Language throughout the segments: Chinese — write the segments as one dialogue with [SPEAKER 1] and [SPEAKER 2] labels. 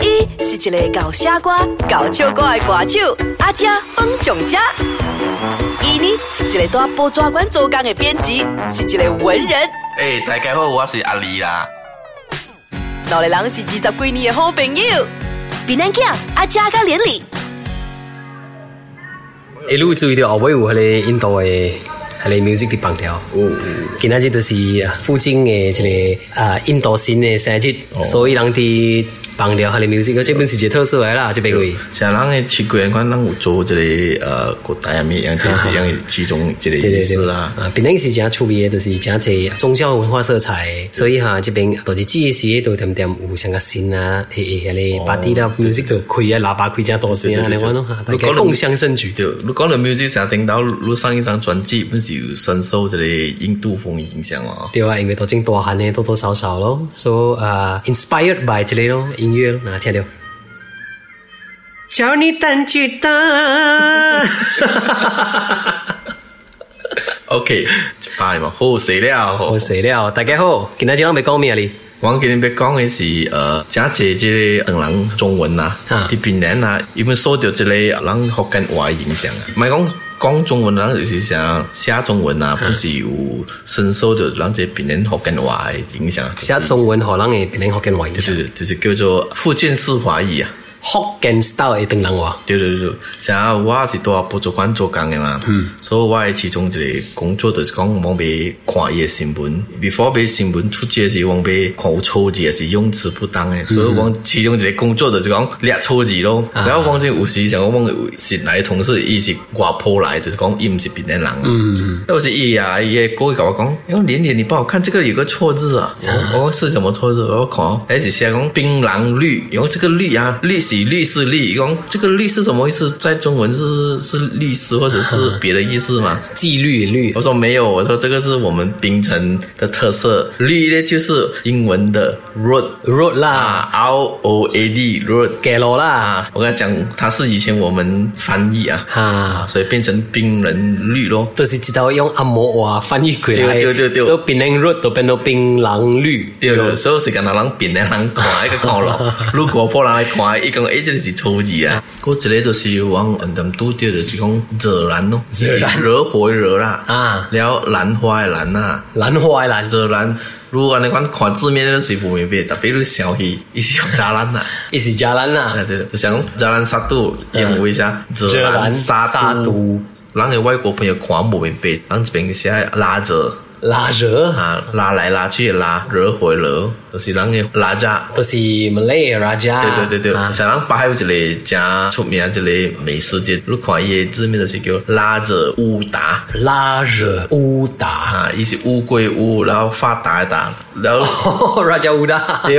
[SPEAKER 1] 伊是一个搞傻歌、搞笑歌的歌手，阿姐方丈家。伊呢是一个在报纸馆做工的编辑，是一个文人。
[SPEAKER 2] 诶、大家好，我是阿丽啦。
[SPEAKER 1] 两个人是二十几年的好朋友。比咱囝阿姐甲连理，
[SPEAKER 3] 一路注意到后尾有迄个印度的迄个 music 的棒条，今仔日就是附近的一个啊印度新的生日，所以人伫棒条迄个 music，这本是一个特色来啦，这边位。
[SPEAKER 2] 像咱的七个人，咱有做一个呃国台啊，咪样，这是样其中一个
[SPEAKER 3] 对
[SPEAKER 2] 意
[SPEAKER 3] 对对
[SPEAKER 2] 思啦。
[SPEAKER 3] 啊，槟榔是真趣味的，就是真侪宗教文化色彩的，所以哈、这边都是即个时都点点有像个新啊，诶诶，迄个巴蒂啦，music 都开啊，喇叭开真大声啊，你看咯，哈大家共享盛举。
[SPEAKER 2] 对，你讲到 music，上顶头你上一张专辑，本是有深受这个印度风影响哦。
[SPEAKER 3] 对啊，因为都真大汉呢，多多少少咯，所以啊，inspired by 这类咯音乐咯，哪听到？叫你单去打，
[SPEAKER 2] OK，一摆嘛，好势了。好
[SPEAKER 3] 我死了，大家好，今仔日我咪讲咩哩？
[SPEAKER 2] 我今日要讲的是，呃，真侪即个唐人中文呐、
[SPEAKER 3] 啊
[SPEAKER 2] 啊，伫闽南呐，伊们受到即个人福建话的影响啊。咪讲讲中文的人就是像写中文呐、啊，不是有深受着人这闽南福建话的影响，啊
[SPEAKER 3] 写中文互人诶，别人福建话影
[SPEAKER 2] 就
[SPEAKER 3] 响，
[SPEAKER 2] 是就是叫做福建式华语啊。
[SPEAKER 3] 福建 style 诶，唐人话。
[SPEAKER 2] 对对对，像我是在博主馆做工的嘛，所以我的其中一个工作就是讲，我被看伊的新闻，before 被新闻出街时，我被看有错字也是用词不当的，所以我其中一个工作就是讲掠错字咯。然后我这有时想讲，我有是来的同事，伊是外坡来，就是讲伊毋是闽南人啊。要是伊啊，伊的哥甲我讲，因为连连你帮我看这个有个错字啊，我我讲是什么错字？我讲，哎还是写讲槟榔绿，然后这个绿啊，绿是绿是绿，伊讲这个绿是什么意思？在中文是是律师或者
[SPEAKER 3] 啊
[SPEAKER 2] 是别的意思吗？
[SPEAKER 3] 纪律律
[SPEAKER 2] 我说没有，我说这个是我们槟城的特色，绿呢就是英文的 road
[SPEAKER 3] road 啦，
[SPEAKER 2] 啊，R O A D road
[SPEAKER 3] 街路啦，
[SPEAKER 2] 啊，我跟他讲，它是以前我们翻译啊，
[SPEAKER 3] 哈
[SPEAKER 2] 啊，，所以变成槟人绿咯。
[SPEAKER 3] 都是知道用按摩话翻译过来，
[SPEAKER 2] 对对对对
[SPEAKER 3] 所以槟榔 road 都变到槟榔绿，
[SPEAKER 2] 对了，所以是讲人人变的人看一个看咯， 如果破人来看，伊讲哎诶，这个是错字啊。嗰一个就是往嗯点拄着，就是讲惹燃咯，就是惹火的惹啦
[SPEAKER 3] 啊
[SPEAKER 2] 了兰花的兰啊，
[SPEAKER 3] 兰花诶兰，
[SPEAKER 2] 惹燃。如果你讲看字面都是不明白，特别你小气，伊是用渣男 啊。
[SPEAKER 3] 伊是加兰啦。
[SPEAKER 2] 啊，对，就像惹兰杀毒，用为啥惹
[SPEAKER 3] 惹
[SPEAKER 2] 兰
[SPEAKER 3] 兰
[SPEAKER 2] 杀
[SPEAKER 3] 杀
[SPEAKER 2] 毒
[SPEAKER 3] 毒？
[SPEAKER 2] 人嘅外国朋友看不明白，人这边写拉着。
[SPEAKER 3] 拉惹哈，
[SPEAKER 2] 啊，拉来拉去的拉，惹回惹，就是人嘅拉渣。
[SPEAKER 3] 都是 Malay 的 Raja，
[SPEAKER 2] 对对对对，
[SPEAKER 3] 啊
[SPEAKER 2] 像咱巴有一个真出名的一个美食街，你看伊的字面就是叫拉着乌达
[SPEAKER 3] 拉惹乌达
[SPEAKER 2] 啊，伊是乌龟乌，然后发达的达，然
[SPEAKER 3] 嗯
[SPEAKER 2] 后
[SPEAKER 3] ，Raja 乌达
[SPEAKER 2] 对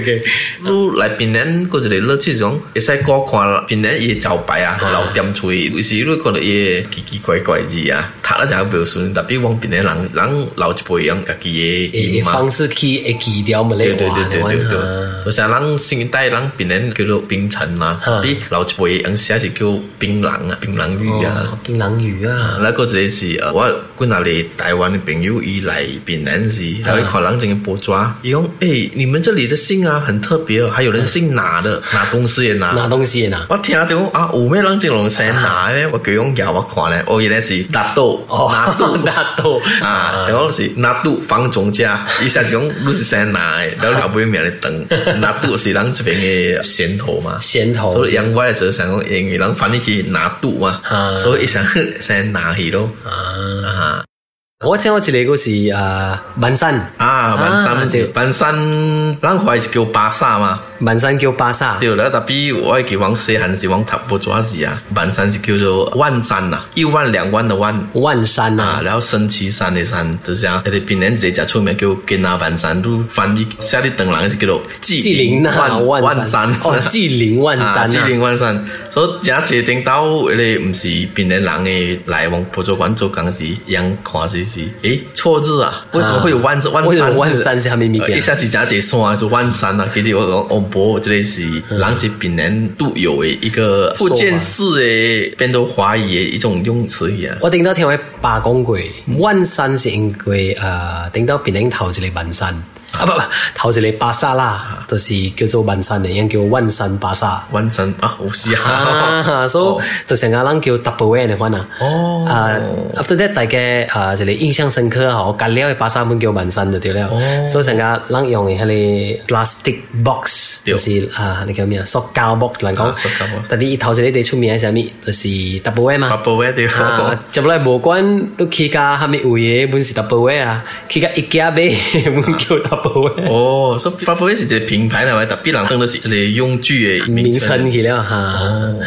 [SPEAKER 3] OK，
[SPEAKER 2] 你来平南嗰一个乐趣是讲，会使高看平南伊的招牌啊，老店吹，有时你看到伊的奇奇怪怪的字啊，读了就袂顺，特别往平南人人老一辈人家己的
[SPEAKER 3] 诶，
[SPEAKER 2] 音嘛。
[SPEAKER 3] 方式去会记掉 Malay
[SPEAKER 2] 对对
[SPEAKER 3] 话
[SPEAKER 2] 对对对
[SPEAKER 3] 台湾
[SPEAKER 2] 对，
[SPEAKER 3] 啊
[SPEAKER 2] 就像咱新一代人槟榔叫做槟城嘛
[SPEAKER 3] 啊，
[SPEAKER 2] 比老一辈人写是叫槟榔啊、槟榔语啊。
[SPEAKER 3] 哦槟榔鱼啊，
[SPEAKER 2] 那个这是呃，我跟那里台湾的朋友伊来槟榔时，然后看人整个包装，伊讲诶，你们这里的姓啊很特别哦，还有人姓拿的，拿东西也拿。
[SPEAKER 3] 拿东西的呐，
[SPEAKER 2] 我听就讲啊，有咩人整容姓拿的？我叫用牙我看咧，哦原来是纳豆， 纳豆。
[SPEAKER 3] 哦 拿豆
[SPEAKER 2] 啊，就讲是纳杜方总家，伊下是讲你是生拿 的，然后老不名来等。纳杜是咱这边的咸头嘛，
[SPEAKER 3] 咸头
[SPEAKER 2] 所以洋外就想讲英语人翻译去纳杜嘛，
[SPEAKER 3] 啊
[SPEAKER 2] 所以伊想生拿去咯。
[SPEAKER 3] 啊。
[SPEAKER 2] 啊
[SPEAKER 3] 我听我一个故事啊，万山
[SPEAKER 2] 啊，万山
[SPEAKER 3] 对
[SPEAKER 2] 是万山，咱怀是叫巴萨嘛，
[SPEAKER 3] 万山叫巴萨，
[SPEAKER 2] 对了，特别我记往西汉是往塔波抓子啊，万山是叫做万山呐，一万两万的万。
[SPEAKER 3] 万山
[SPEAKER 2] 啊
[SPEAKER 3] 呐，，
[SPEAKER 2] 然后升旗山的山，就是啊讲迄个槟榔一个真出名叫吉拿万山，都翻译写伫长人是叫做纪
[SPEAKER 3] 纪灵呐，
[SPEAKER 2] 万
[SPEAKER 3] 万
[SPEAKER 2] 山
[SPEAKER 3] 山，哦，纪灵万
[SPEAKER 2] 啊，
[SPEAKER 3] 山
[SPEAKER 2] 纪
[SPEAKER 3] 呐
[SPEAKER 2] 灵，万山，所以真侪顶到迄个毋是槟榔人的来往博主馆做工时，人看是是，诶，错字啊，为什么会有万字？万
[SPEAKER 3] 为什
[SPEAKER 2] 山
[SPEAKER 3] 么
[SPEAKER 2] 字
[SPEAKER 3] 万山是他们咪
[SPEAKER 2] 呃
[SPEAKER 3] 变
[SPEAKER 2] 一？下是真侪山是万山啊，其实我讲王博这个是人是槟榔独有的一个福建式的变做华语的一种用词语啊。
[SPEAKER 3] 我顶到听位爸讲过，万山是因为呃，顶到槟榔头一个万山，啊不不，頭一個巴沙
[SPEAKER 2] 啊
[SPEAKER 3] 啦，就是叫做萬山嘅，人叫萬山巴沙。
[SPEAKER 2] 温神啊，哦好試下。
[SPEAKER 3] 啊，所以就成個人叫 double N 嘅款啊。
[SPEAKER 2] 哦
[SPEAKER 3] 啊，after that 大家啊，就嚟印象深刻啊，我隔了嘅巴沙本叫萬山就對啦。
[SPEAKER 2] 哦
[SPEAKER 3] 所以成個人用嘅係你 plastic box，
[SPEAKER 2] 對
[SPEAKER 3] 就是啊，你叫咩啊？塑膠 box 嚟講
[SPEAKER 2] 啊。塑膠 box
[SPEAKER 3] 但係你頭先你哋出名係啥咪？就是 double N 嘛。
[SPEAKER 2] Double N 對
[SPEAKER 3] 啊，接落來無關你企家下面有嘢，本是 double N 啊，企家一家 俾本叫 double N。
[SPEAKER 2] 哦，所以 Bubble 是一個品牌嚟嘅，特別人當到是你用具嘅
[SPEAKER 3] 名
[SPEAKER 2] 名
[SPEAKER 3] 稱
[SPEAKER 2] 稱。
[SPEAKER 3] 去了哈，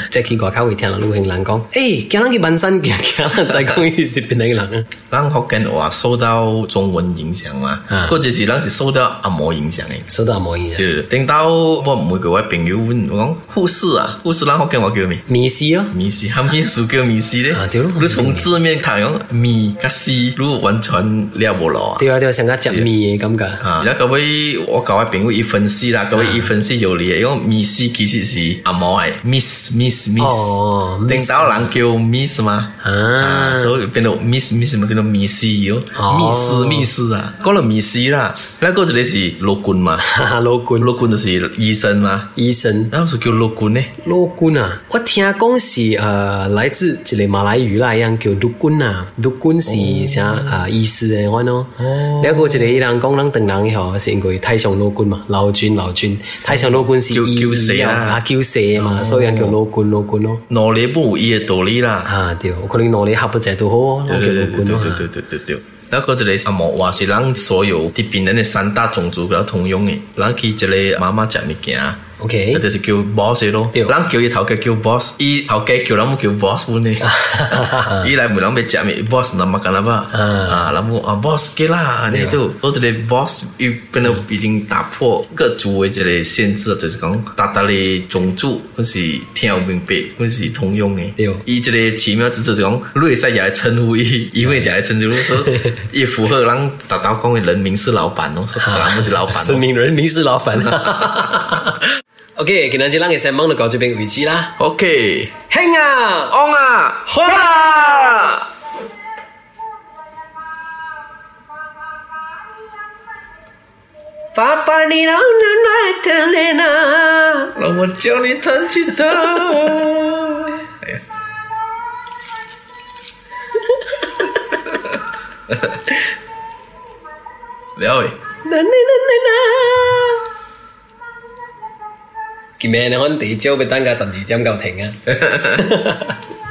[SPEAKER 3] 即係去外口會聽到流行人講，誒，今日去紋 身，今日再講伊是邊個人啊？
[SPEAKER 2] 咱福建話受到中文影響嘛
[SPEAKER 3] 啊，
[SPEAKER 2] 或者是咱是受到阿嬷影響嘅。
[SPEAKER 3] 收到冇嘢，
[SPEAKER 2] 對對對等到我唔會叫我朋友問我講護士啊，護士咱福建話叫咩？
[SPEAKER 3] 迷思哦，
[SPEAKER 2] 米絲，他們啲書叫米絲咧。
[SPEAKER 3] 啊對咯
[SPEAKER 2] 你從字面睇講米加絲，你完全了無落啊。
[SPEAKER 3] 對啊對啊，成個食面嘅感覺，
[SPEAKER 2] 啊！而家嗰位我嗰位朋友一分析啦，嗰
[SPEAKER 3] 啊
[SPEAKER 2] 位一分析有理嘅，因為米絲其實是阿嬷嚟，miss miss miss，
[SPEAKER 3] 哦
[SPEAKER 2] 定到人叫 miss 嘛，
[SPEAKER 3] 啊
[SPEAKER 2] 所以變到 miss miss 咪變到米絲咯，米絲
[SPEAKER 3] 哦
[SPEAKER 2] 米絲啊，嗰個米絲啦，那個就係老官嘛，
[SPEAKER 3] 哈 哈，老官
[SPEAKER 2] 老官就是醫生嘛，
[SPEAKER 3] 醫生，
[SPEAKER 2] 那時叫老官呢，
[SPEAKER 3] 老官啊，我聽講是誒來自一個馬來語啦，一樣叫陸官啊，陸官
[SPEAKER 2] 哦
[SPEAKER 3] 是啥啊意思嘅款咯，了個一個伊人講人等人嘅吼，是因為太上老官嘛，老君老君，太上老官是
[SPEAKER 2] 叫哦叫死啦
[SPEAKER 3] 啊叫死嘛，所以人叫老官老官咯。
[SPEAKER 2] 攞你不有嘅道理啦。
[SPEAKER 3] 啊對，我可能努力合不濟都好，
[SPEAKER 2] 对
[SPEAKER 3] 我
[SPEAKER 2] 对
[SPEAKER 3] 叫
[SPEAKER 2] 对对
[SPEAKER 3] 老
[SPEAKER 2] 对
[SPEAKER 3] 官
[SPEAKER 2] 对
[SPEAKER 3] 啊。
[SPEAKER 2] 对对对对。那个就是什么话是咱所有啲边人的三大种族佢通用的，咱去一个妈妈食物件，
[SPEAKER 3] OK，
[SPEAKER 2] 那就是叫 boss 咯。
[SPEAKER 3] 对
[SPEAKER 2] 咱叫伊头家叫 boss，伊头家叫咱们叫 boss 本呢。伊来问咱们食物，boss 咱们干啦吧？啊，咱们啊 boss 给啦，你都所以这个 boss 又变得已经打破各族的这个限制，就是讲大大的种族，佢是听有明白，佢是通用的。
[SPEAKER 3] 对
[SPEAKER 2] 伊这个奇妙之处就是讲，瑞赛也来称呼伊，因为也来称呼，说也符合咱达到讲的人民是老板咯，说达达们是老板咯
[SPEAKER 3] 是。名人民是老 板。OK，今日就咱嘅新闻就到这边为止啦。
[SPEAKER 2] OK，
[SPEAKER 3] 兴啊，
[SPEAKER 2] 昂啊，
[SPEAKER 3] 好啦。爸爸，你老奶奶的脸啊！
[SPEAKER 2] 让我教你弹吉他。哎呀， 了喂，
[SPEAKER 3] 啦啦啦啦啦！今日我哋朝要等架十二點夠停啊！